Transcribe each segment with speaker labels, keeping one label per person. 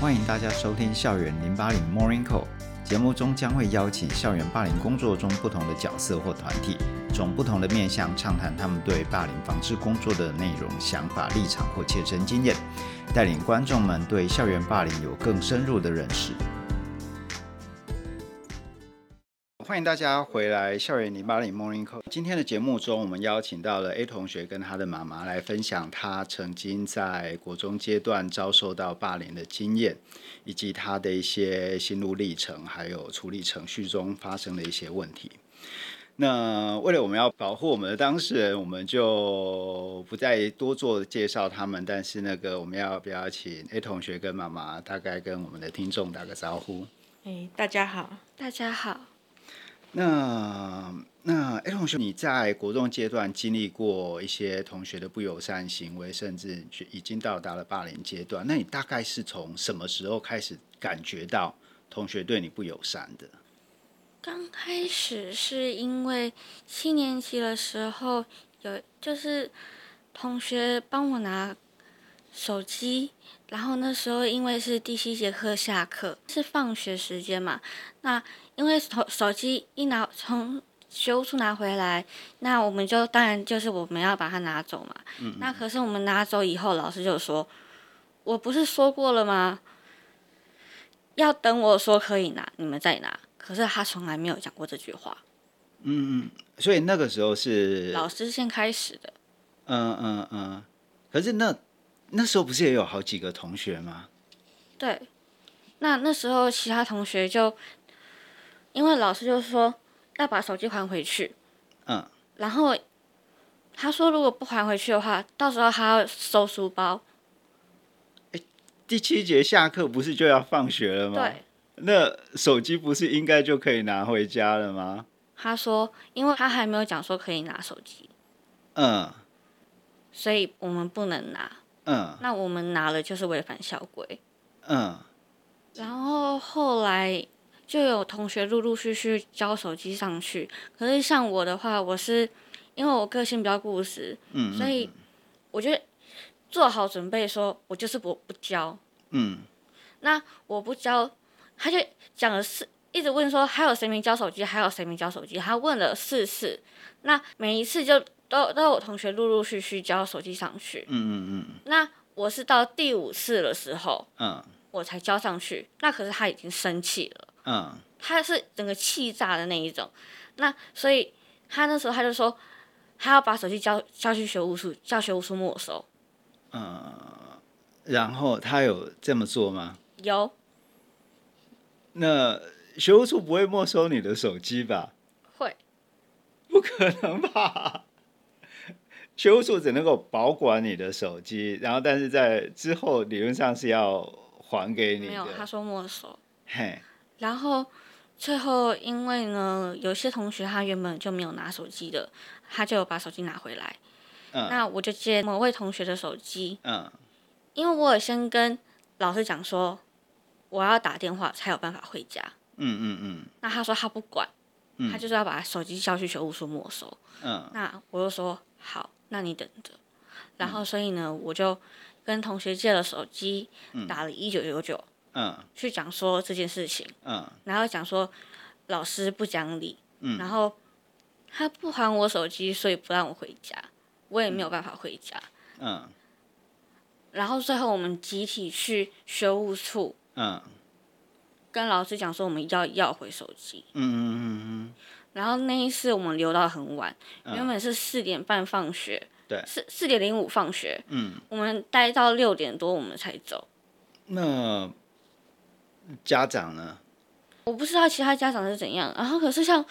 Speaker 1: 欢迎大家收听《校园零八零 Morning Call》节目中将会邀请校园霸凌工作中不同的角色或团体，从不同的面向畅谈他们对霸凌防治工作的内容、想法、立场或切身经验，带领观众们对校园霸凌有更深入的认识。欢迎大家回来《校园零八零 Morning Call》。今天的节目中，我们邀请到了 A 同学跟他的妈妈来分享他曾经在国中阶段遭受到霸凌的经验，以及他的一些心路历程，还有处理程序中发生的一些问题。那为了我们要保护我们的当事人，我们就不再多做介绍他们。但是那个，我们要不要请 A 同学跟妈妈大概跟我们的听众打个招呼？
Speaker 2: 哎，大家好。
Speaker 3: 大家好，
Speaker 1: 那那 A 同学，你在国中阶段经历过一些同学的不友善行为，甚至已经到达了霸凌阶段。那你大概是从什么时候开始感觉到同学对你不友善的？
Speaker 3: 刚开始是因为七年级的时候有就是同学帮我拿手机，然后那时候因为是第七节课下课，是放学时间嘛，那因为手手机一拿从学务处拿回来，那我们就当然就是我们要把它拿走嘛。那可是我们拿走以后，老师就说：“我不是说过了吗？要等我说可以拿，你们再拿。”可是他从来没有讲过这句话，
Speaker 1: 所以那个时候是，
Speaker 3: 老师先开始的。
Speaker 1: 嗯嗯嗯。可是那那时候不是也有好几个同学吗？
Speaker 3: 对，那那时候其他同学就，因为老师就说要把手机还回去，
Speaker 1: 嗯，
Speaker 3: 然后他说如果不还回去的话，到时候他要收书包。
Speaker 1: 第七节下课不是就要放学了吗？
Speaker 3: 对，
Speaker 1: 那手机不是应该就可以拿回家了吗？
Speaker 3: 他说，因为他还没有讲说可以拿手机，
Speaker 1: 嗯
Speaker 3: 所以我们不能拿。
Speaker 1: 嗯
Speaker 3: 那我们拿了就是违反校规。
Speaker 1: 嗯。
Speaker 3: 然后后来就有同学陆陆续续交手机上去，可是像我的话，我是因为我个性比较固执，
Speaker 1: 嗯
Speaker 3: 所以我就做好准备说，我就是不不交，
Speaker 1: 嗯
Speaker 3: 那我不交，他就讲了四，一直问说还有谁没交手机，还有谁没交手机，他问了四次，那每一次就都都有同学陆陆续续交手机上去，
Speaker 1: 嗯嗯
Speaker 3: 那我是到第五次的时候
Speaker 1: 嗯
Speaker 3: 我才交上去，那可是他已经生气了。
Speaker 1: 嗯
Speaker 3: 他是整个气炸的那一种。那所以他那时候他就说，他要把手机交交去学务处，叫学务处没收。
Speaker 1: 嗯，然后他有这么做吗？
Speaker 3: 有
Speaker 1: 那学务处不会没收你的手机吧？
Speaker 3: 会，
Speaker 1: 不可能吧？学务处只能够保管你的手机，然后但是在之后理论上是要还给你
Speaker 3: 没
Speaker 1: 的
Speaker 3: 有？。他说没收。
Speaker 1: 嘿，
Speaker 3: 然后最后因为呢，有些同学他原本就没有拿手机的，他就有把手机拿回来。
Speaker 1: 嗯
Speaker 3: 那我就借某位同学的手机，
Speaker 1: 嗯
Speaker 3: 因为我有先跟老师讲说，我要打电话才有办法回家。
Speaker 1: 嗯嗯嗯
Speaker 3: 那他说他不管，
Speaker 1: 嗯
Speaker 3: 他就是要把手机交去学务处没收。
Speaker 1: 嗯
Speaker 3: 那我就说好，那你等着。然后所以呢，我就跟同学借了手机，打了一九九九
Speaker 1: 嗯
Speaker 3: 去讲说这件事情，
Speaker 1: 嗯
Speaker 3: 然后讲说老师不讲理，然后他不还我手机，所以不让我回家，我也没有办法回家。
Speaker 1: 嗯
Speaker 3: 然后最后我们集体去学务处
Speaker 1: 嗯
Speaker 3: 跟老师讲说我们要要回手机。
Speaker 1: 嗯嗯嗯
Speaker 3: 然后那一次我们留到很晚，原本是四点半放学，
Speaker 1: 对
Speaker 3: 四四点零五放学，
Speaker 1: 嗯。
Speaker 3: 我们待到六点多我们才走。
Speaker 1: 那家长呢？
Speaker 3: 我不知道其他家长是怎样，然后可是像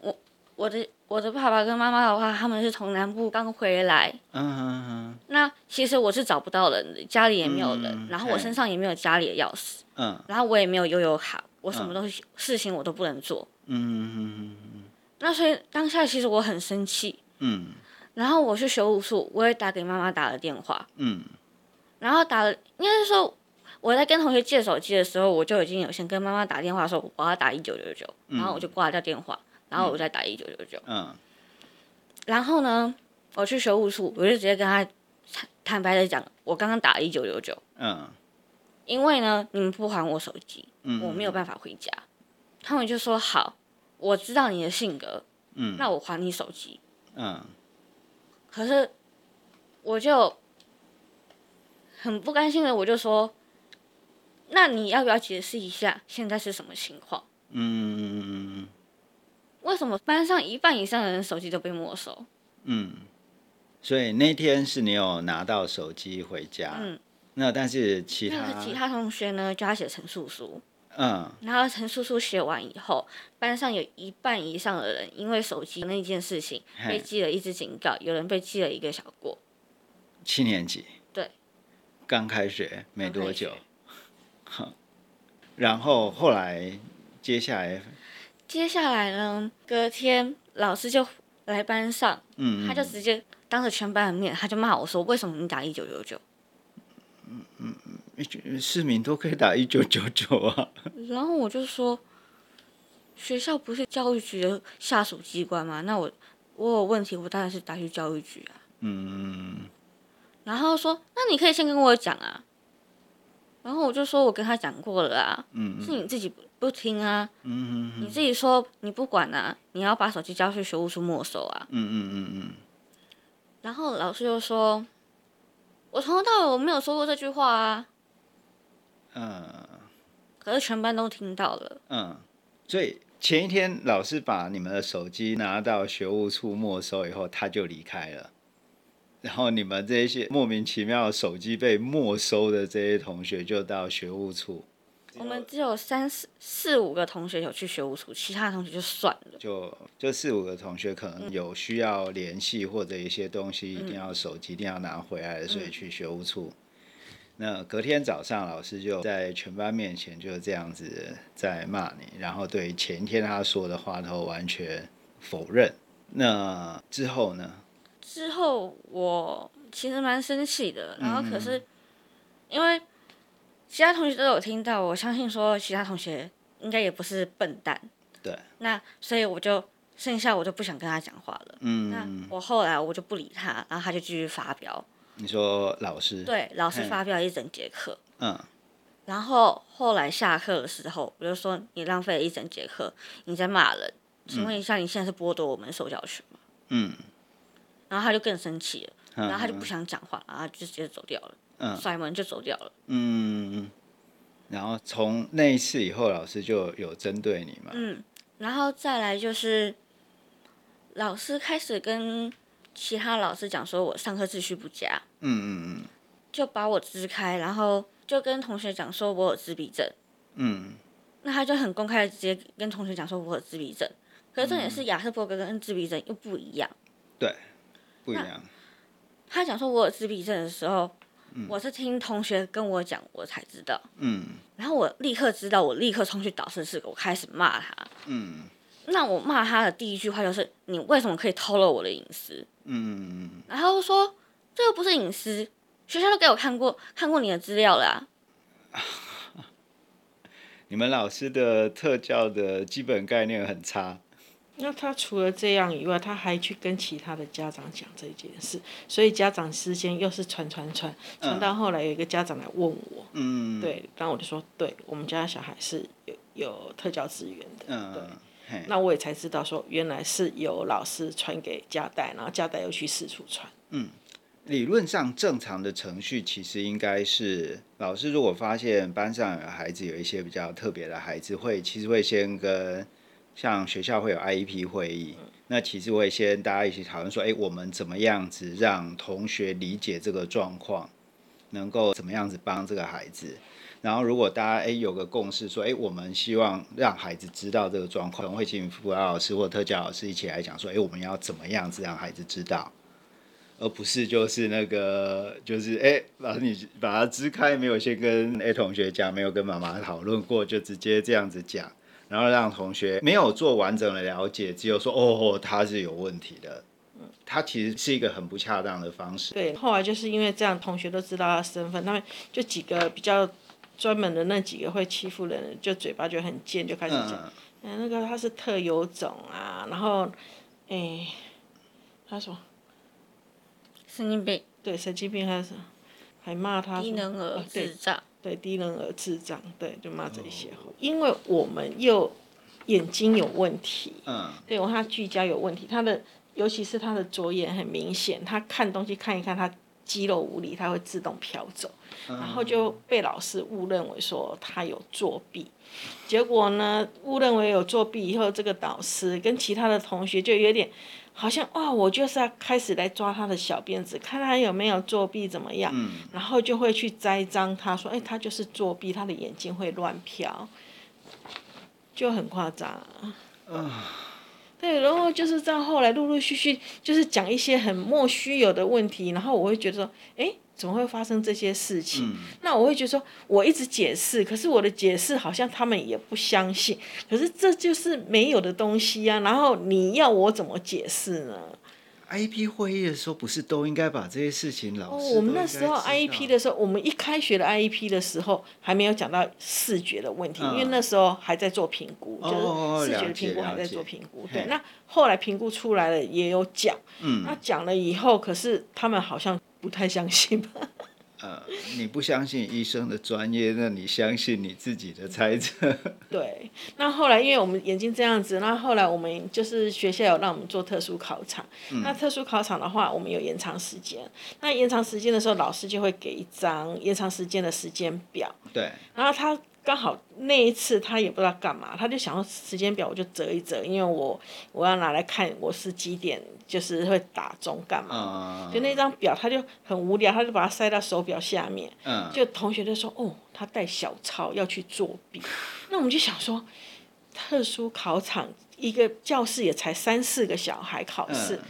Speaker 3: 我我的我的爸爸跟妈妈的话，他们是从南部刚回来，
Speaker 1: 嗯嗯嗯
Speaker 3: 那其实我是找不到人的，家里也没有人，
Speaker 1: 嗯
Speaker 3: 然后我身上也没有家里的钥匙，
Speaker 1: 嗯
Speaker 3: 然后我也没有悠游卡，我什么东西、事情我都不能做。
Speaker 1: 嗯嗯
Speaker 3: 那所以当下其实我很生气，
Speaker 1: 嗯
Speaker 3: 然后我去学武术，我也打给妈妈打了电话，
Speaker 1: 嗯
Speaker 3: 然后打了，应该是说我在跟同学借手机的时候，我就已经有先跟妈妈打电话说我要打一九九九，然后我就挂掉电话，然后我再打一九九九。
Speaker 1: 嗯
Speaker 3: 然后呢，我去学务处，我就直接跟他坦坦白的讲，我刚刚打一九九九，
Speaker 1: 嗯
Speaker 3: 因为呢，你们不还我手机，
Speaker 1: 嗯
Speaker 3: 我没有办法回家。他们就说好，我知道你的性格，
Speaker 1: 嗯
Speaker 3: 那我还你手机。
Speaker 1: 嗯
Speaker 3: 可是我就很不甘心的，我就说，那你要不要解释一下现在是什么情况？
Speaker 1: 嗯嗯
Speaker 3: 为什么班上一半以上的人手机都被没收？
Speaker 1: 嗯，所以那天是你有拿到手机回家，
Speaker 3: 嗯，
Speaker 1: 那但是啊其
Speaker 3: 那
Speaker 1: 他
Speaker 3: 个其他同学呢，叫他写陈述书，
Speaker 1: 嗯
Speaker 3: 然后陈述书写完以后，班上有一半以上的人因为手机那件事情被
Speaker 1: 嘿
Speaker 3: 记了一次警告，有人被记了一个小过。
Speaker 1: 七年级
Speaker 3: 对，
Speaker 1: 刚开学没
Speaker 3: 刚开
Speaker 1: 多久
Speaker 3: 学，
Speaker 1: 然后后来接下来
Speaker 3: 接下来呢，隔天老师就来班上，
Speaker 1: 嗯
Speaker 3: 他就
Speaker 1: 嗯
Speaker 3: 直接当着全班的面，他就骂我说：“为什么你打一九九九
Speaker 1: 一九市民都可以打一九九九啊，？”
Speaker 3: 然后我就说：“学校不是教育局的下属机关吗？那我我有问题，我当然是打去教育局啊。
Speaker 1: 嗯”
Speaker 3: 然后说：“那你可以先跟我讲啊。”然后我就说：“我跟他讲过了啊，
Speaker 1: 嗯
Speaker 3: 是你自己不不听啊，
Speaker 1: 嗯嗯
Speaker 3: 你自己说你不管啊，你要把手机交去学务处没收啊。”
Speaker 1: 嗯嗯嗯
Speaker 3: 然后老师就说：“我从头到尾我没有说过这句话啊。
Speaker 1: 嗯”
Speaker 3: 可是全班都听到了。
Speaker 1: 嗯，所以前一天老师把你们的手机拿到学务处没收以后，他就离开了。然后你们这些莫名其妙手机被没收的这些同学就到学务处，
Speaker 3: 我们只有三四四五个同学有去学务处，其他同学就算了。
Speaker 1: 就就四五个同学可
Speaker 3: 嗯
Speaker 1: 能有需要联系或者一些东西一定要手机一定要拿回来，
Speaker 3: 嗯
Speaker 1: 所以去学务处。那隔天早上，老师就在全班面前就这样子在骂你，然后对前一天他说的话都完全否认。那之后呢？
Speaker 3: 之后我其实蛮生气的，然后可是
Speaker 1: 嗯
Speaker 3: 因为其他同学都有听到，我相信说其他同学应该也不是笨蛋。
Speaker 1: 对。
Speaker 3: 那所以我就剩下我就不想跟他讲话了。那
Speaker 1: 嗯，
Speaker 3: 我后来我就不理他，然后他就继续发飙。
Speaker 1: 你说老师，
Speaker 3: 对，老师
Speaker 1: 嗯
Speaker 3: 发飙一整节课。
Speaker 1: 嗯
Speaker 3: 然后后来下课的时候，我就说你浪费了一整节课，你在骂人，请问一下你现在是剥夺我们受教权吗？
Speaker 1: 嗯，
Speaker 3: 然后他就更生气了，
Speaker 1: 然
Speaker 3: 然后他就不想讲话，然后他就直接走掉了，
Speaker 1: 嗯
Speaker 3: 甩门就走掉了。
Speaker 1: 嗯，然后从那一次以后，老师就有针对你嘛？
Speaker 3: 嗯，然后再来就是老师开始跟其他老师讲说我上课秩序不佳，
Speaker 1: 嗯嗯
Speaker 3: 就把我支开，然后就跟同学讲说我有自闭症。
Speaker 1: 嗯
Speaker 3: 那他就很公开的直接跟同学讲说我有自闭症，可是重点是亚斯伯格跟自闭症又不一样。
Speaker 1: 嗯，不一样。
Speaker 3: 他讲说我有自闭症的时候，我是听同学跟我讲，我才知道。
Speaker 1: 嗯
Speaker 3: 然后我立刻知道，我立刻冲去导师室，我开始骂他。
Speaker 1: 嗯
Speaker 3: 那我骂他的第一句话就是：“你为什么可以透露我的隐私
Speaker 1: 嗯？”
Speaker 3: 然后说：“这又不是隐私，学校都给我看过看过你的资料啊啦、
Speaker 1: 你们老师的特教的基本概念很差。
Speaker 2: 那他除了这样以外，他还去跟其他的家长讲这件事，所以家长之间又是传传传，传到后来有一个家长来问我，
Speaker 1: 嗯，，
Speaker 2: 对，然后我就说，对我们家小孩是有有特教资源的，对。
Speaker 1: 嗯，嘿，
Speaker 2: 那我也才知道说，原来是由老师传给家代，然后家代又去四处传。
Speaker 1: 理论上正常的程序其实应该是，老师如果发现班上有孩子有一些比较特别的孩子，会其实会先跟像学校会有 IEP 会议，那其实会先大家一起讨论说，哎、我们怎么样子让同学理解这个状况，能够怎么样子帮这个孩子。然后，如果大家哎有个共识说，哎，我们希望让孩子知道这个状况，可能会请辅导老师或特教老师一起来讲说，哎，我们要怎么样子让孩子知道。而不是就是那个就是哎、把你把它支开，没有先跟 A 同学讲，没有跟妈妈讨论过，就直接这样子讲，然后让同学没有做完整的了解，只有说哦他是有问题的，他其实是一个很不恰当的方式。
Speaker 2: 对，后来就是因为这样，同学都知道他的身份，他们就几个比较专门的那几个会欺负人的，就嘴巴就很贱，就开始讲，
Speaker 1: 嗯
Speaker 2: 嗯、那个他是特有种啊，然后，哎、他说
Speaker 3: 神经病、
Speaker 2: 对神经病还是什么还骂他
Speaker 3: 低
Speaker 2: 说
Speaker 3: 能儿、
Speaker 2: 哦
Speaker 3: 智
Speaker 2: 对
Speaker 3: 障。
Speaker 2: 对低能儿智障，对，就骂这一些话。因为我们又眼睛有问题，
Speaker 1: 嗯，
Speaker 2: 对，我他聚焦有问题，他的尤其是他的左眼很明显，他看东西看一看，他肌肉无力，他会自动飘走，然后就被老师误认为说他有作弊，结果呢，误认为有作弊以后，这个导师跟其他的同学就有点。好像哇，我就是要开始来抓他的小辫子，看他有没有作弊怎么样，然后就会去栽赃他说，哎、他就是作弊，他的眼睛会乱瞟，就很夸张啊。对，然后就是到后来陆陆续续就是讲一些很莫须有的问题，然后我会觉得说，哎，怎么会发生这些事情？那我会觉得说，我一直解释，可是我的解释好像他们也不相信，可是这就是没有的东西呀、啊。然后你要我怎么解释呢？
Speaker 1: IEP 会议的时候，不是都应该把这些事情老师、
Speaker 2: 哦我们那时候
Speaker 1: 呃
Speaker 2: IEP 的时候，我们一开学的 IEP 的时候还没有讲到视觉的问题，因为那时候还在做评估，
Speaker 1: 嗯哦
Speaker 2: 就是视觉
Speaker 1: 了
Speaker 2: 的
Speaker 1: 解
Speaker 2: 评估还
Speaker 1: 了
Speaker 2: 在
Speaker 1: 解
Speaker 2: 做评估。
Speaker 1: 嘿嗯
Speaker 2: 对，那后来评估出来了也有讲，那讲了以后，可是他们好像不太相信吧？
Speaker 1: 呃，你不相信医生的专业，那你相信你自己的猜 测。
Speaker 2: 对，那后来因为我们眼睛这样子，那后来我们就是学校有让我们做特殊考场，
Speaker 1: 嗯
Speaker 2: 那特殊考场的话，我们有延长时间。那延长时间的时候，老师就会给一张延长时间的时间表。
Speaker 1: 对，
Speaker 2: 然后他刚好那一次他也不知道干嘛，他就想要时间表我就折一折，因为我我要拿来看我是几点就是会打钟干嘛。
Speaker 1: 啊、
Speaker 2: 就那张表，他就很无聊，他就把它塞到手表下面。
Speaker 1: 嗯，
Speaker 2: 就同学就说：“哦，他带小抄要去作弊。”那我们就想说，特殊考场一个教室也才三四个小孩考试，
Speaker 1: 嗯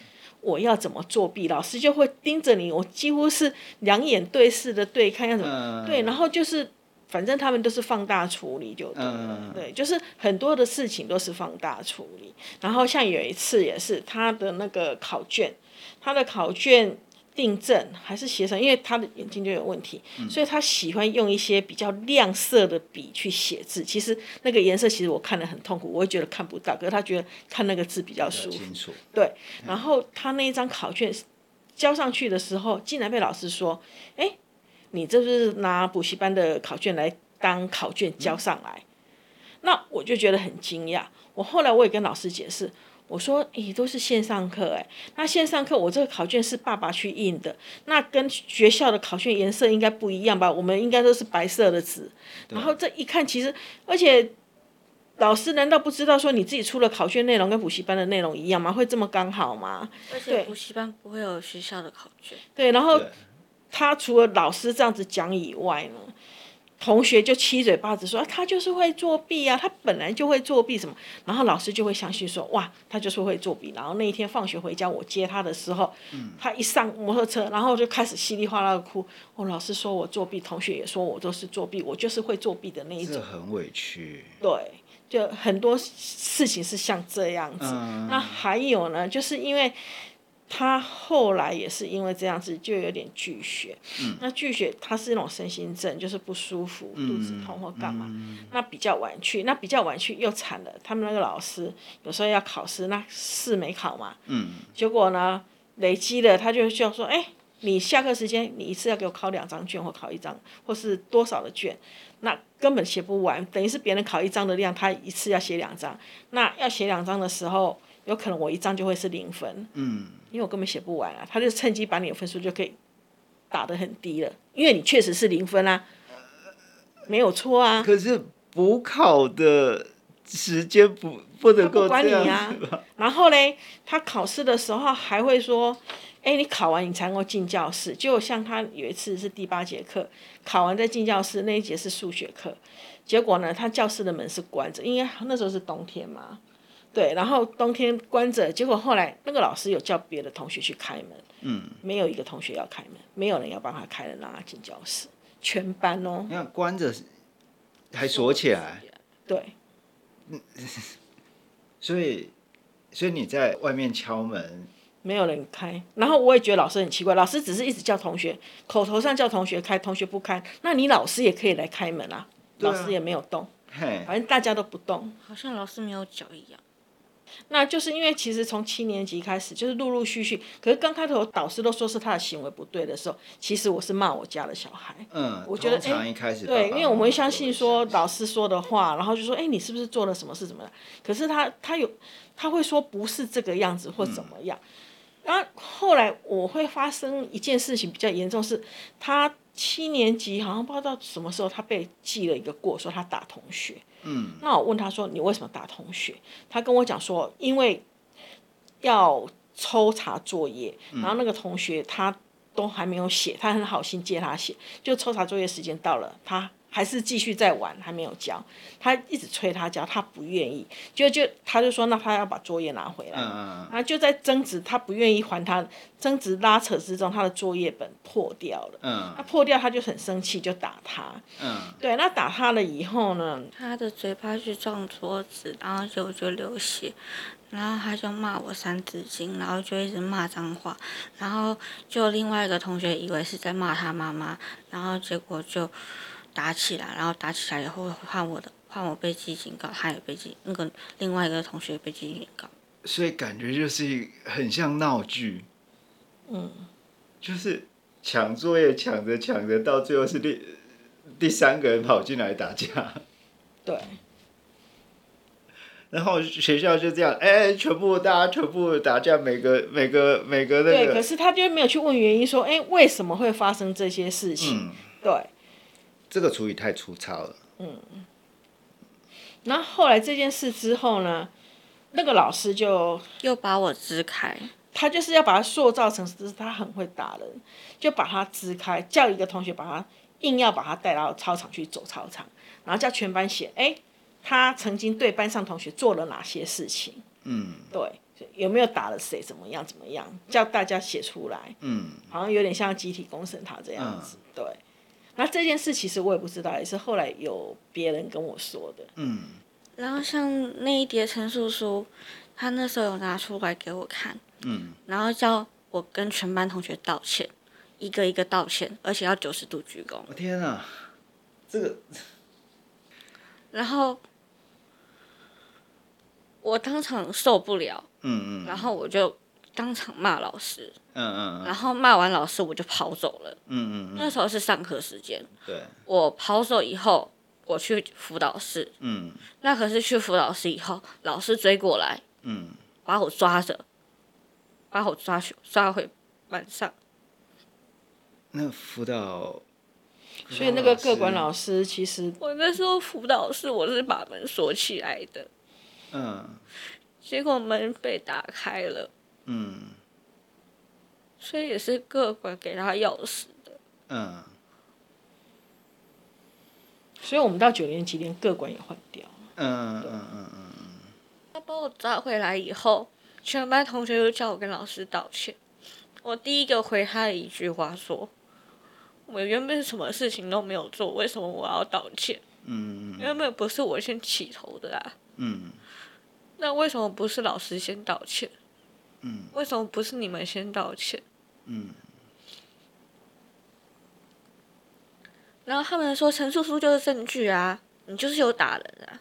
Speaker 2: 我要怎么作弊？老师就会盯着你，我几乎是两眼对视的对看，要怎么、
Speaker 1: 嗯
Speaker 2: 对？然后就是。反正他们都是放大处理就对了，
Speaker 1: 嗯
Speaker 2: 对，就是很多的事情都是放大处理。然后像有一次也是他的那个考卷，他的考卷订正还是写什么，因为他的眼睛就有问题，所以他喜欢用一些比较亮色的笔去写字。其实那个颜色其实我看得很痛苦，我会觉得看不到，可是他觉得看那个字比较舒服。
Speaker 1: 清楚。
Speaker 2: 对，然后他那一张考卷交上去的时候，竟然被老师说：“哎，你这是拿补习班的考卷来当考卷交上来。那我就觉得很惊讶。我后来我也跟老师解释。我说，咦，都是线上课哎，那线上课我这个考卷是爸爸去印的，那跟学校的考卷颜色应该不一样吧？我们应该都是白色的纸，然后这一看，其实而且老师难道不知道说你自己出了考卷内容跟补习班的内容一样吗？会这么刚好吗？
Speaker 3: 而且补习班不会有学校的考卷。
Speaker 2: 对，然后
Speaker 1: 对
Speaker 2: 他除了老师这样子讲以外呢，同学就七嘴八舌说、啊、他就是会作弊啊，他本来就会作弊什么，然后老师就会相信说哇，他就是会作弊。然后那一天放学回家我接他的时候，他一上摩托车，然后就开始稀里哗啦的哭。哦，老师说我作弊，同学也说我都是作弊，我就是会作弊的那一种
Speaker 1: 这。很委屈。
Speaker 2: 对，就很多事情是像这样子。
Speaker 1: 嗯
Speaker 2: 那还有呢，就是因为他后来也是因为这样子，就有点拒学。那拒学他是那种身心症，就是不舒服、肚子痛或干嘛。
Speaker 1: 嗯
Speaker 2: 那比较晚去，那比较晚去又惨了。他们那个老师有时候要考试，那试没考嘛，
Speaker 1: 嗯，
Speaker 2: 结果呢累积了，他就就说，哎、你下课时间你一次要给我考两张卷或考一张，或是多少的卷，那根本写不完，等于是别人考一张的量，他一次要写两张。那要写两张的时候，有可能我一张就会是零分，
Speaker 1: 嗯，
Speaker 2: 因为我根本写不完啊。他就趁机把你的分数就可以打得很低了，因为你确实是零分啊，没有错啊。
Speaker 1: 可是补考的时间不不能够
Speaker 2: 不管
Speaker 1: 这
Speaker 2: 你
Speaker 1: 样
Speaker 2: 啊
Speaker 1: 子吧？
Speaker 2: 然后嘞，他考试的时候还会说：“哎，你考完你才能够进教室。”就像他有一次是第八节课，考完再进教室，那一节是数学课。结果呢，他教室的门是关着，因为那时候是冬天嘛，对，然后冬天关着。结果后来那个老师有叫别的同学去开门，嗯，没有一个同学要开门，没有人要帮他开门让他进教室，全班哦，
Speaker 1: 你看关着还锁起来，
Speaker 2: 对，
Speaker 1: 所以所以你在外面敲门，
Speaker 2: 没有人开。然后我也觉得老师很奇怪，老师只是一直叫同学，口头上叫同学开，同学不开，那你老师也可以来开门啊。
Speaker 1: 对啊
Speaker 2: 老师也没有动，
Speaker 1: 嘿，
Speaker 2: 反正大家都不动。
Speaker 3: 好像老师没有脚一样。
Speaker 2: 那就是因为其实从七年级开始，就是陆陆续续，可是刚开头导师都说是他的行为不对的时候，其实我是骂我家的小孩。
Speaker 1: 嗯，
Speaker 2: 我觉得
Speaker 1: 通常
Speaker 2: 哎
Speaker 1: 一开始
Speaker 2: 对，因为我们会相信说老
Speaker 1: 师
Speaker 2: 师说的话，然后就说，哎，你是不是做了什么事怎么样？可是他他有他会说不是这个样子或怎么样。然后后来我会发生一件事情比较严重是，他七年级好像不知道到什么时候他被记了一个过，说他打同学。
Speaker 1: 嗯
Speaker 2: 那我问他说你为什么打同学？他跟我讲说因为要抽查作业，
Speaker 1: 嗯
Speaker 2: 然后那个同学他都还没有写，他很好心借他写，就抽查作业时间到了，他还是继续在玩，还没有交。他一直催他交，他不愿意，就就他就说那他要把作业拿回来。
Speaker 1: 嗯嗯
Speaker 2: 然后就在争执，他不愿意还他，争执拉扯之中，他的作业本破掉了。
Speaker 1: 嗯
Speaker 2: 那破掉他就很生气，就打他。
Speaker 1: 嗯
Speaker 2: 对，那打他了以后呢，
Speaker 3: 他的嘴巴去撞桌子，然后结果就流血，然后他就骂我三字经，然后就一直骂脏话，然后就另外一个同学以为是在骂他妈妈，然后结果就打起来，然后打起来以后换我的换我被记警告，他也被记那个另外一个同学被记警告。
Speaker 1: 所以感觉就是很像闹剧，
Speaker 2: 嗯，
Speaker 1: 就是抢作业抢着抢着，到最后是第第三个人跑进来打架，
Speaker 2: 对，
Speaker 1: 然后学校就这样，哎、全部大家全部打架，每个每个每个那
Speaker 2: 对，
Speaker 1: 个，
Speaker 2: 可是他就没有去问原因，说，哎、为什么会发生这些事情？
Speaker 1: 嗯，
Speaker 2: 对，
Speaker 1: 这个处理太粗糙了，
Speaker 2: 然后后来这件事之后呢，那个老师就
Speaker 3: 又把我支开，
Speaker 2: 他就是要把他塑造成是他很会打人，就把他支开，叫一个同学把他硬要把他带到操场去走操场，然后叫全班写，哎、他曾经对班上同学做了哪些事情？
Speaker 1: 嗯
Speaker 2: 对，有没有打了谁？怎么样？怎么样？叫大家写出来。
Speaker 1: 嗯
Speaker 2: 好像有点像集体公审他这样子。对，那这件事其实我也不知道，也是后来有别人跟我说的。
Speaker 1: 嗯
Speaker 3: 然后像那一叠陈述书，他那时候有拿出来给我看，
Speaker 1: 嗯，
Speaker 3: 然后叫我跟全班同学道歉，一个一个道歉，而且要九十度鞠躬。
Speaker 1: 我、天啊，这个
Speaker 3: 然后我当场受不了，
Speaker 1: 嗯嗯，
Speaker 3: 然后我就当场骂老师，
Speaker 1: 嗯嗯
Speaker 3: 然
Speaker 1: 嗯
Speaker 3: 后骂完老师我就跑走了。
Speaker 1: 嗯嗯嗯，
Speaker 3: 那时候是上课时间，
Speaker 1: 对，
Speaker 3: 我跑走以后，我去辅导室，
Speaker 1: 嗯
Speaker 3: 那可是去辅导室以后，老师追过来
Speaker 1: 嗯
Speaker 3: 把我抓着，把我抓去抓回班上。
Speaker 1: 那辅导，
Speaker 2: 所以那个各管老师其实
Speaker 3: 我那时候辅导室我是把门锁起来的，
Speaker 1: 嗯
Speaker 3: 结果门被打开了，
Speaker 1: 嗯
Speaker 3: 所以也是各管给他钥匙的。
Speaker 1: 嗯，
Speaker 2: 所以我们到九年级连各管也换掉了。
Speaker 1: 嗯嗯嗯嗯嗯
Speaker 3: 他把我抓回来以后，全班同学都叫我跟老师道歉。我第一个回他的一句话说：“我原本什么事情都没有做，为什么我要道歉？
Speaker 1: 嗯
Speaker 3: 原本不是我先起头的啊，
Speaker 1: 嗯
Speaker 3: 那为什么不是老师先道歉？
Speaker 1: 嗯
Speaker 3: 为什么不是你们先道歉？”
Speaker 1: 嗯
Speaker 3: 然后他们说陈述书就是证据啊，你就是有打人啊。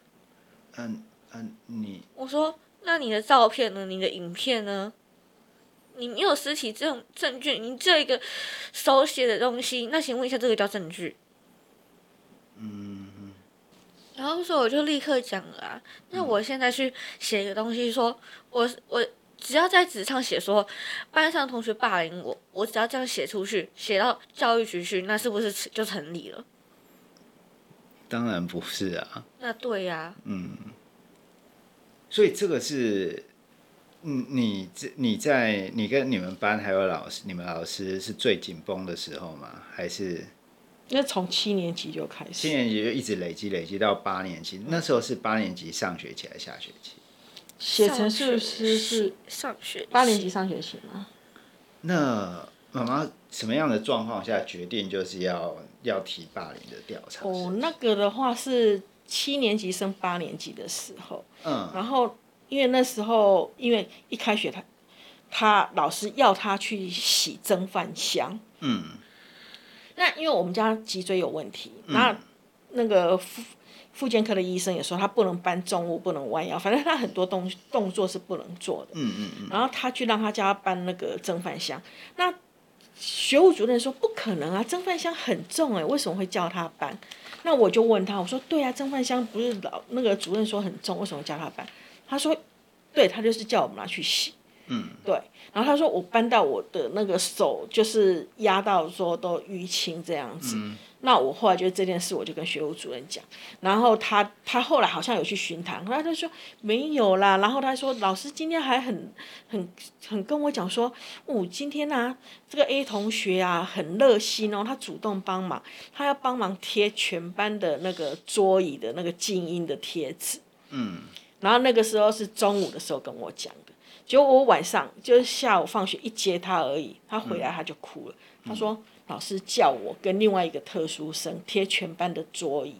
Speaker 1: 嗯嗯，你
Speaker 3: 我说那你的照片呢？你的影片呢？你没有实体证证据，你这一个手写的东西，那请问一下，这个叫证据？
Speaker 1: 嗯
Speaker 3: 然后说我就立刻讲了啊，那
Speaker 2: 嗯
Speaker 3: 我现在去写一个东西说，我我只要在纸上写说班上同学霸凌我，我只要这样写出去，写到教育局去，那是不是就成立了？
Speaker 1: 当然不是啊，
Speaker 3: 那对呀、
Speaker 1: 嗯，所以这个是。嗯，你这你在你跟你们班还有老师，你们老师是最紧绷的时候吗？还是
Speaker 2: 那从七年级就开
Speaker 1: 七
Speaker 2: 始，
Speaker 1: 年级就一直累积累积到八年级？那时候是八年级上学期还是下学期？
Speaker 2: 写
Speaker 3: 上
Speaker 2: 程式
Speaker 3: 学
Speaker 2: 师是
Speaker 3: 上学
Speaker 2: 八年
Speaker 3: 期
Speaker 2: 级上学期吗？
Speaker 1: 那妈妈什么样的状况下决定就是要要提霸凌的调查？
Speaker 2: 哦，那个的话是七年级升八年级的时候，
Speaker 1: 嗯
Speaker 2: 然后因为那时候因为一开学他他老师要他去洗蒸饭箱，
Speaker 1: 嗯
Speaker 2: 那因为我们家脊椎有问题，
Speaker 1: 嗯
Speaker 2: 那那个父妇健科的医生也说他不能搬重物，不能弯腰，反正他很多动动作是不能做的。
Speaker 1: 嗯嗯嗯，
Speaker 2: 然后他去让他叫他搬那个蒸饭箱，那学务主任说不可能啊，蒸饭箱很重哎、为什么会叫他搬？那我就问他，我说对啊，蒸饭箱不是老那个主任说很重，为什么叫他搬？他说，对他就是叫我们拿去洗。
Speaker 1: 嗯，
Speaker 2: 对。然后他说我搬到我的那个手就是压到说都淤青这样子。那我后来就这件事，我就跟学务主任讲，然后他他后来好像有去巡堂，后来他说没有啦，然后他说老师今天还很很很跟我讲说，哦，今天啊这个 A 同学啊很热心哦，他主动帮忙，他要帮忙贴全班的那个桌椅的那个静音的贴纸，
Speaker 1: 嗯，
Speaker 2: 然后那个时候是中午的时候跟我讲的，结果我晚上就是下午放学一接他而已，他回来他就哭了，他说老师叫我跟另外一个特殊生贴全班的桌椅，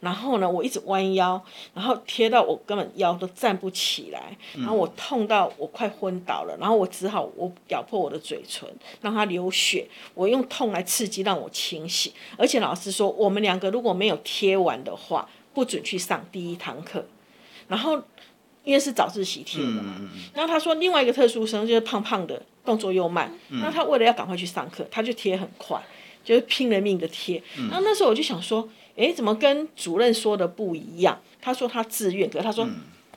Speaker 2: 然后呢我一直弯腰，然后贴到我根本腰都站不起来，然后我痛到我快昏倒了，然后我只好我咬破我的嘴唇让它流血，我用痛来刺激让我清醒，而且老师说我们两个如果没有贴完的话，不准去上第一堂课。然后因为是早自习贴的嘛，然后他说另外一个特殊生就是胖胖的，动作又慢，那他为了要赶快去上课，他就贴很快，就是拼了命的贴。然后那时候我就想说，诶，怎么跟主任说的不一样？他说他自愿，可是他说。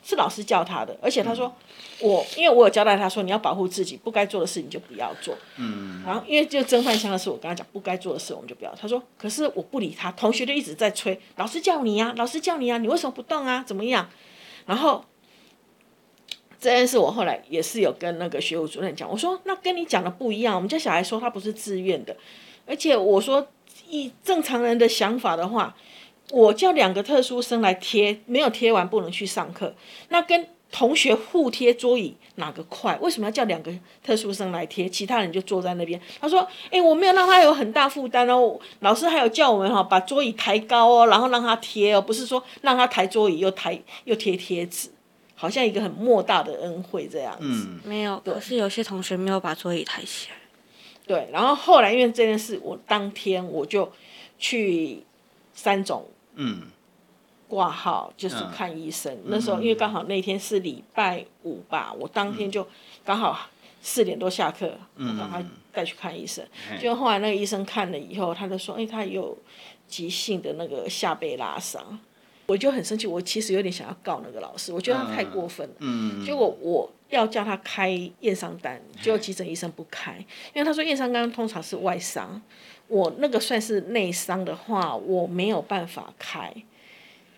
Speaker 2: 是老师叫他的，而且他说、我，因为我有交代他说你要保护自己，不该做的事情就不要做。嗯。然后因为就蒸饭箱的事，我跟他讲不该做的事我们就不要。他说可是我不理他，同学就一直在催，老师叫你呀、老师叫你呀、你为什么不动啊？怎么样？然后这件事我后来也是有跟那个学务主任讲，我说那跟你讲的不一样，我们家小孩说他不是自愿的，而且我说以正常人的想法的话，我叫两个特殊生来贴，没有贴完不能去上课，那跟。同学互贴桌椅哪个快？为什么要叫两个特殊生来贴？其他人就坐在那边。他说：“诶，我没有让他有很大负担哦。老师还有叫我们哈、把桌椅抬高哦，然后让他贴哦，不是说让他抬桌椅又抬又贴贴纸，好像一个很莫大的恩惠这样子。
Speaker 1: 嗯
Speaker 3: 没有，可是有些同学没有把座椅抬起来。
Speaker 2: 对，然后后来因为这件事，我当天我就去三种
Speaker 1: 嗯
Speaker 2: 挂号，就是看医生。那时候因为刚好那天是礼拜五吧，我当天就刚好四点多下课，我赶快带去看医生。就后来那个医生看了以后，他就说：“哎、他有急性的那个下背拉伤。”我就很生气，我其实有点想要告那个老师，我觉得他太过分了。
Speaker 1: 嗯，
Speaker 2: 结果我要叫他开验伤单，结果急诊医生不开，因为他说验伤单通常是外伤，我那个算是内伤的话，我没有办法开。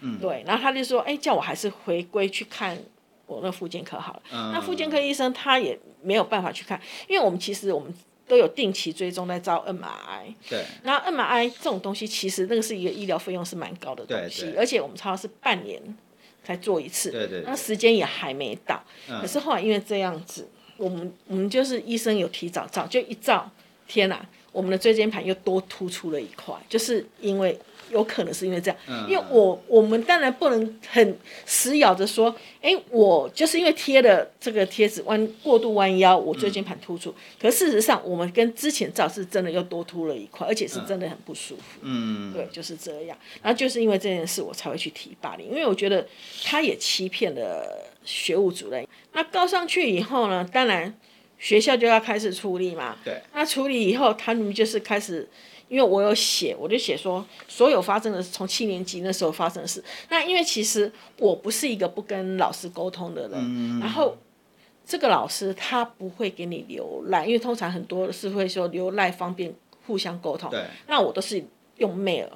Speaker 2: 嗯，对，然后他就说，哎，叫我还是回归去看我那妇健科好了。
Speaker 1: 嗯
Speaker 2: 那妇健科医生他也没有办法去看，因为我们其实我们都有定期追踪在照 MRI。
Speaker 1: 对，
Speaker 2: 那 MRI 这种东西，其实那个是一个医疗费用是蛮高的东
Speaker 1: 对
Speaker 2: 西，
Speaker 1: 对
Speaker 2: 而且我们常常是半年才做一次，
Speaker 1: 对对对嗯
Speaker 2: 那时间也还没到。可是后来因为这样子，我们我们就是医生有提早照，就一照，天哪、啊我们的椎间盘又多突出了一块，就是因为有可能是因为这样，
Speaker 1: 嗯
Speaker 2: 因为我我们当然不能很死咬着说，哎，我就是因为贴了这个贴纸弯过度弯腰，我椎间盘突
Speaker 1: 嗯
Speaker 2: 出。可事实上，我们跟之前照是真的又多突了一块，而且是真的很不舒服。
Speaker 1: 嗯
Speaker 2: 对，就是这样。然后就是因为这件事，我才会去提霸凌，因为我觉得他也欺骗了学务主任。那告上去以后呢，当然学校就要开始处理嘛。
Speaker 1: 对。
Speaker 2: 那处理以后，他们就是开始。因为我有写，我就写说所有发生的从七年级那时候发生的事。那因为其实我不是一个不跟老师沟通的人，
Speaker 1: 嗯
Speaker 2: 然后这个老师他不会给你留赖，因为通常很多是会说留赖方便互相沟通。
Speaker 1: 对
Speaker 2: 那我都是用 mail。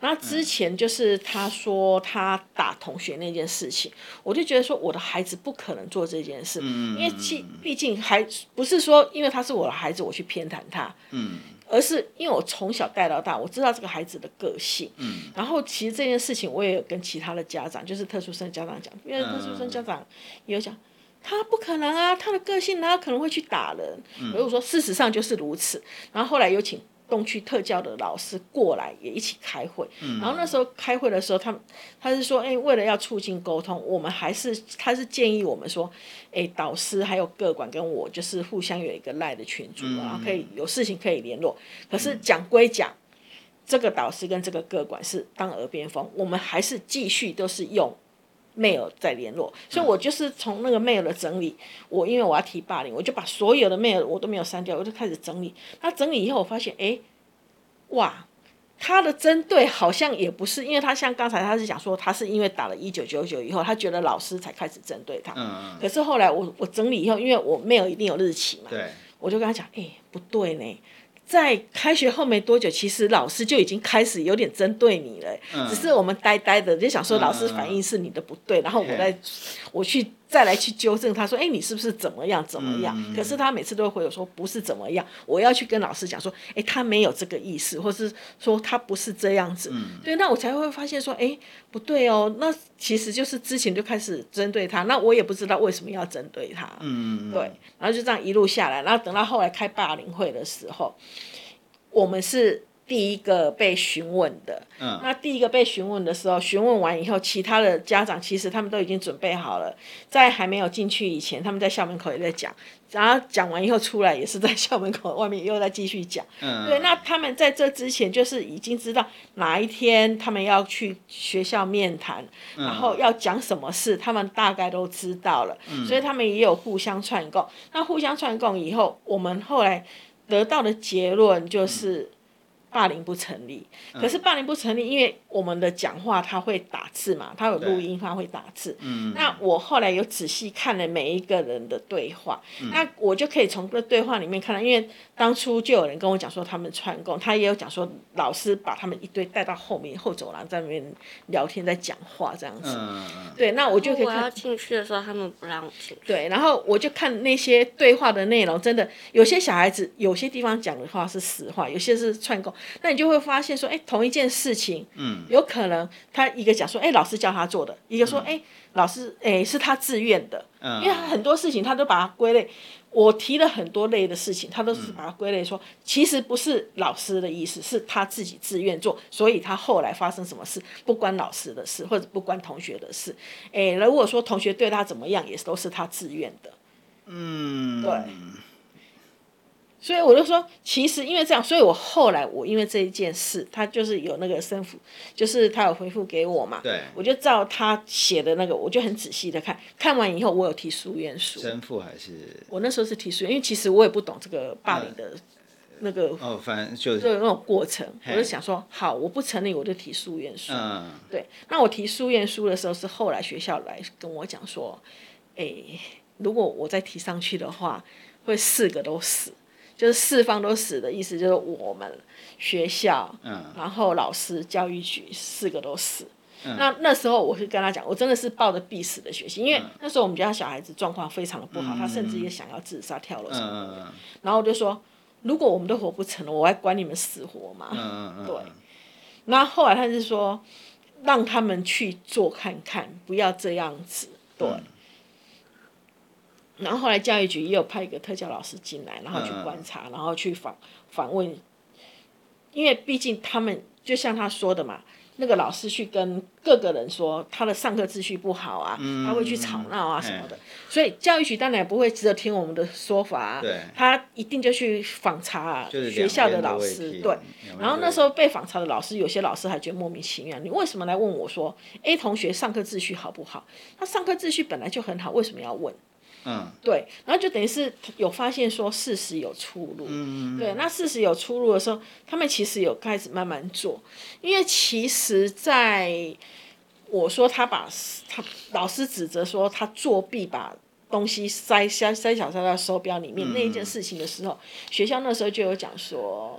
Speaker 2: 然后之前就是他说他打同学那件事情，我就觉得说我的孩子不可能做这件
Speaker 1: 嗯
Speaker 2: 事，因为毕毕竟还不是说因为他是我的孩子我去偏袒他，
Speaker 1: 嗯
Speaker 2: 而是因为我从小带到大，我知道这个孩子的个性。
Speaker 1: 嗯，
Speaker 2: 然后其实这件事情我也有跟其他的家长，就是特殊生家长讲，因为特殊
Speaker 1: 嗯
Speaker 2: 生家长也有讲，他不可能啊，他的个性哪有可能会去打人？所以我说事实上就是如此。然后后来有请东区特教的老师过来也一起开会，然后那时候开会的时候，他们他是说，哎，为了要促进沟通，我们还是他是建议我们说，哎，导师还有各管跟我就是啊互相有一个赖的群组，然后可以有事情可以联络。可是讲归讲。这个导师跟这个个管是当耳边风，我们还是继续都是用 mail 在联络。所以我就是从那个 mail 的整理，我因为我要提霸凌，我就把所有的 mail 我都没有删掉，我就开始整理。那整理以后，我发现，哎，哇，他的针对好像也不是，因为他像刚才他是讲说，他是因为打了一九九九以后，他觉得老师才开始针对他。
Speaker 1: 嗯
Speaker 2: 可是后来我我整理以后，因为我 mail 一定有日期嘛，
Speaker 1: 对，
Speaker 2: 我就跟他讲，哎、不对呢，在开学后没多久，其实老师就已经开始有点针对你了，欸
Speaker 1: 嗯
Speaker 2: 只是我们呆呆的就想说老师反应是你的不对，然后我再我去再来去纠正他说，哎、你是不是怎么样怎么样？
Speaker 1: 嗯
Speaker 2: 可是他每次都会回我说不是怎么样，我要去跟老师讲说，哎、他没有这个意思，或是说他不是这样子，
Speaker 1: 嗯
Speaker 2: 对，那我才会发现说，哎、不对哦，那其实就是之前就开始针对他，那我也不知道为什么要针对他，
Speaker 1: 嗯，
Speaker 2: 对，然后就这样一路下来，然后等到后来开霸凌会的时候，我们是第一个被询问的。
Speaker 1: 嗯
Speaker 2: 那第一个被询问的时候，询问完以后，其他的家长其实他们都已经准备好了，在还没有进去以前，他们在校门口也在讲，然后讲完以后出来也是在校门口外面又在继续讲。
Speaker 1: 嗯，
Speaker 2: 对，那他们在这之前就是已经知道哪一天他们要去学校面谈，然后要讲什么事，他们大概都知道了，所以他们也有互相串供。那互相串供以后，我们后来得到的结论就是。霸凌不成立，可是霸凌不成立，因为我们的讲话他会打字嘛，他有录音，他会打字。
Speaker 1: 嗯
Speaker 2: 那我后来有仔细看了每一个人的对话，
Speaker 1: 嗯
Speaker 2: 那我就可以从这对话里面看到，因为当初就有人跟我讲说他们串供，他也有讲说老师把他们一堆带到后面后走廊在那边聊天，在讲话这样子。
Speaker 1: 嗯
Speaker 2: 对，那我就可以
Speaker 3: 哦我要
Speaker 2: 看。
Speaker 3: 进去的时候，他们不让我进去。
Speaker 2: 对，然后我就看那些对话的内容，真的有些小孩子有些地方讲的话是实话，有些是串供，那你就会发现说，哎，同一件事情，
Speaker 1: 嗯，
Speaker 2: 有可能他一个讲说，哎，老师叫他做的，一个说，哎、老师，哎，是他自愿的，因为他很多事情他都把它归类。我提了很多类的事情，他都是把它归类说，其实不是老师的意思，是他自己自愿做，所以他后来发生什么事不关老师的事，或者不关同学的事。诶，哎如果说同学对他怎么样，也都是他自愿的。
Speaker 1: 嗯，对，
Speaker 2: 所以我就说，其实因为这样，所以我后来我因为这一件事，他就是有那个生父，就是他有回复给我嘛，
Speaker 1: 对
Speaker 2: 我就照他写的那个，我就很仔细的看，看完以后我有提书院书，
Speaker 1: 生父还是
Speaker 2: 我那时候是提书院，因为其实我也不懂这个霸凌的
Speaker 1: 嗯
Speaker 2: 那个
Speaker 1: 哦，反正就
Speaker 2: 的
Speaker 1: 是
Speaker 2: 那种过程，我就想说，好，我不成立我就提书院书，
Speaker 1: 嗯
Speaker 2: 对，那我提书院书的时候是后来学校来跟我讲说，诶、如果我再提上去的话，会四个都死，就是四方都死的意思，就是我们学校，
Speaker 1: 嗯
Speaker 2: 然后老师、教育局四个都死。那那时候我是跟他讲，我真的是抱着必死的决心，因为
Speaker 1: 嗯
Speaker 2: 那时候我们家小孩子状况非常的不好，他甚至也想要自杀、跳楼什么的。
Speaker 1: 嗯
Speaker 2: 然后我就说，如果我们都活不成了，我还管你们死活吗？
Speaker 1: 嗯，
Speaker 2: 对，那后来他是说，让他们去做看看，不要这样子。对。
Speaker 1: 嗯
Speaker 2: 然后后来教育局也有派一个特教老师进来，然后
Speaker 1: 嗯
Speaker 2: 去观察，然后去访访问，因为毕竟他们就像他说的嘛，那个老师去跟各个人说他的上课秩序不好啊，他会去吵闹啊
Speaker 1: 嗯
Speaker 2: 什么的
Speaker 1: 嘿，
Speaker 2: 所以教育局当然不会只有听我们的说法、啊
Speaker 1: 对，
Speaker 2: 他一定就去访查、
Speaker 1: 就是
Speaker 2: 学校的老师，对，
Speaker 1: 嗯
Speaker 2: 然后那时候被访查的老师，有些老师还觉得莫名其妙，你为什么来问我说 A 同学上课秩序好不好？他上课秩序本来就很好，为什么要问？
Speaker 1: 嗯
Speaker 2: 对，然后就等于是有发现说事实有出入，
Speaker 1: 嗯
Speaker 2: 对，那事实有出入的时候，他们其实有开始慢慢做，因为其实，在我说他把他老师指责说他作弊把东西塞塞塞小塞到手表里面、那一件事情的时候，学校那时候就有讲说，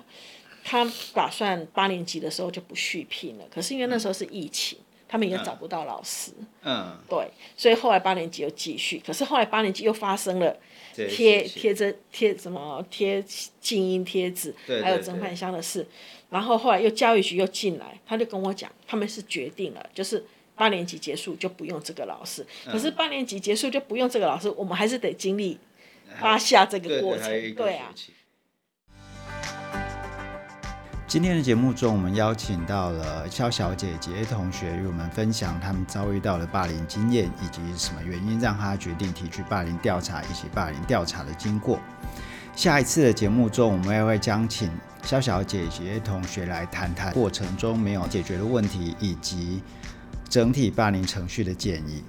Speaker 2: 他打算八年级的时候就不续聘了，可是因为那时候是疫情，他们也找不到老师，
Speaker 1: 嗯，
Speaker 2: 对，所以后来八年级又继续，可是后来八年级又发生了。
Speaker 1: 对
Speaker 2: 贴贴着贴什么贴静音贴纸，
Speaker 1: 对
Speaker 2: 还有
Speaker 1: 对
Speaker 2: 蒸
Speaker 1: 对
Speaker 2: 饭箱的事。然后后来又教育局又进来，他就跟我讲，他们是决定了，就是八年级结束就不用这个老师。
Speaker 1: 嗯
Speaker 2: 可是八年级结束就不用这个老师，我们还是得经历八下这个
Speaker 1: 对
Speaker 2: 过
Speaker 1: 对，
Speaker 2: 程
Speaker 1: 还有一，个
Speaker 2: 对
Speaker 1: 学
Speaker 2: 啊。
Speaker 1: 期。今天的节目中，我们邀请到了肖小姐以及 A 同学与我们分享他们遭遇到的霸凌经验，以及什么原因让她决定提取霸凌调查以及霸凌调查的经过。下一次的节目中，我们也会将请肖小姐以及 A 同学来谈谈过程中没有解决的问题，以及整体霸凌程序的建议。